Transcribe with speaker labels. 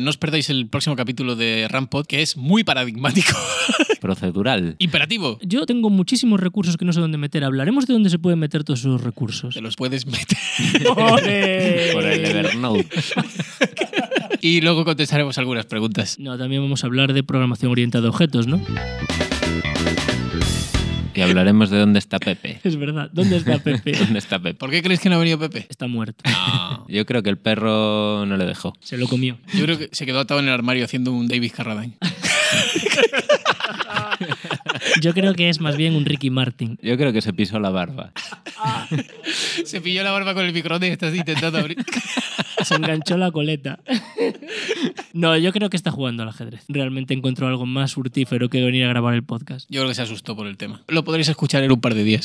Speaker 1: no os perdáis el próximo capítulo de Rampod, que es muy paradigmático.
Speaker 2: Procedural.
Speaker 1: Imperativo.
Speaker 3: Yo tengo muchísimos recursos que no sé dónde meter. Hablaremos de dónde se pueden meter todos esos recursos.
Speaker 1: Te los puedes meter.
Speaker 3: ¡Ole!
Speaker 2: Por el Evernote.
Speaker 1: y luego contestaremos algunas preguntas.
Speaker 3: No, también vamos a hablar de programación orientada a objetos, ¿no?
Speaker 2: Y hablaremos de dónde está Pepe.
Speaker 3: Es verdad. ¿Dónde está Pepe?
Speaker 2: ¿Dónde está Pepe?
Speaker 1: ¿Por qué creéis que no ha venido Pepe?
Speaker 3: Está muerto.
Speaker 1: No.
Speaker 2: Yo creo que el perro no le dejó.
Speaker 3: Se lo comió.
Speaker 1: Yo creo que se quedó atado en el armario haciendo un David Carradine.
Speaker 3: Yo creo que es más bien un Ricky Martin.
Speaker 2: Yo creo que se pisó la barba.
Speaker 1: Se pilló la barba con el microondas y estás intentando abrir.
Speaker 3: Se enganchó la coleta. No, yo creo que está jugando al ajedrez. Realmente encontró algo más fructífero que venir a grabar el podcast.
Speaker 1: Yo creo que se asustó por el tema. Lo podréis escuchar en un par de días.